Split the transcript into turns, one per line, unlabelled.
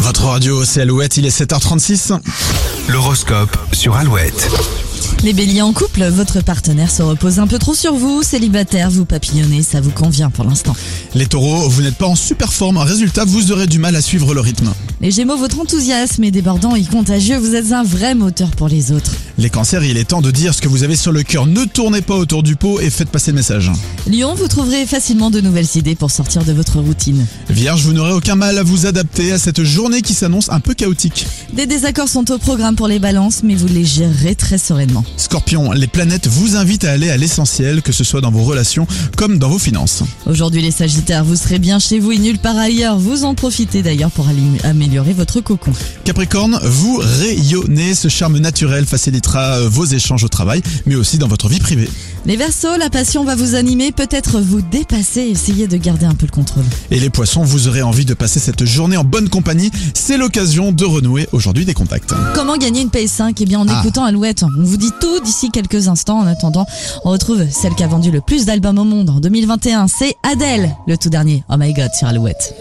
Votre radio, c'est Alouette, il est 7h36.
L'horoscope sur Alouette.
Les béliers en couple, votre partenaire se repose un peu trop sur vous. Célibataire, vous papillonnez, ça vous convient pour l'instant.
Les taureaux, vous n'êtes pas en super forme, résultat, vous aurez du mal à suivre le rythme.
Les gémeaux, votre enthousiasme est débordant et contagieux. Vous êtes un vrai moteur pour les autres.
Les cancers, il est temps de dire ce que vous avez sur le cœur. Ne tournez pas autour du pot et faites passer le message.
Lyon, vous trouverez facilement de nouvelles idées pour sortir de votre routine.
Vierge, vous n'aurez aucun mal à vous adapter à cette journée qui s'annonce un peu chaotique.
Des désaccords sont au programme pour les balances, mais vous les gérerez très sereinement.
Scorpion, les planètes vous invitent à aller à l'essentiel, que ce soit dans vos relations comme dans vos finances.
Aujourd'hui les sagittaires, vous serez bien chez vous et nulle part ailleurs. Vous en profitez d'ailleurs pour alim- améliorer votre cocon.
Capricorne, vous rayonnez, ce charme naturel facilitera euh, vos échanges au travail, mais aussi dans votre vie privée.
Les versos, la passion va vous animer, peut-être vous dépasser, essayez de garder un peu le contrôle.
Et les poissons, vous aurez envie de passer cette journée en bonne compagnie, c'est l'occasion de renouer aujourd'hui des contacts.
Comment gagner une PS5 Eh bien en
Ah.
écoutant Alouette, on vous dit tout d'ici quelques instants. En attendant, on retrouve celle qui a vendu le plus d'albums au monde en 2021, c'est Adèle, le tout dernier. Oh my god sur Alouette.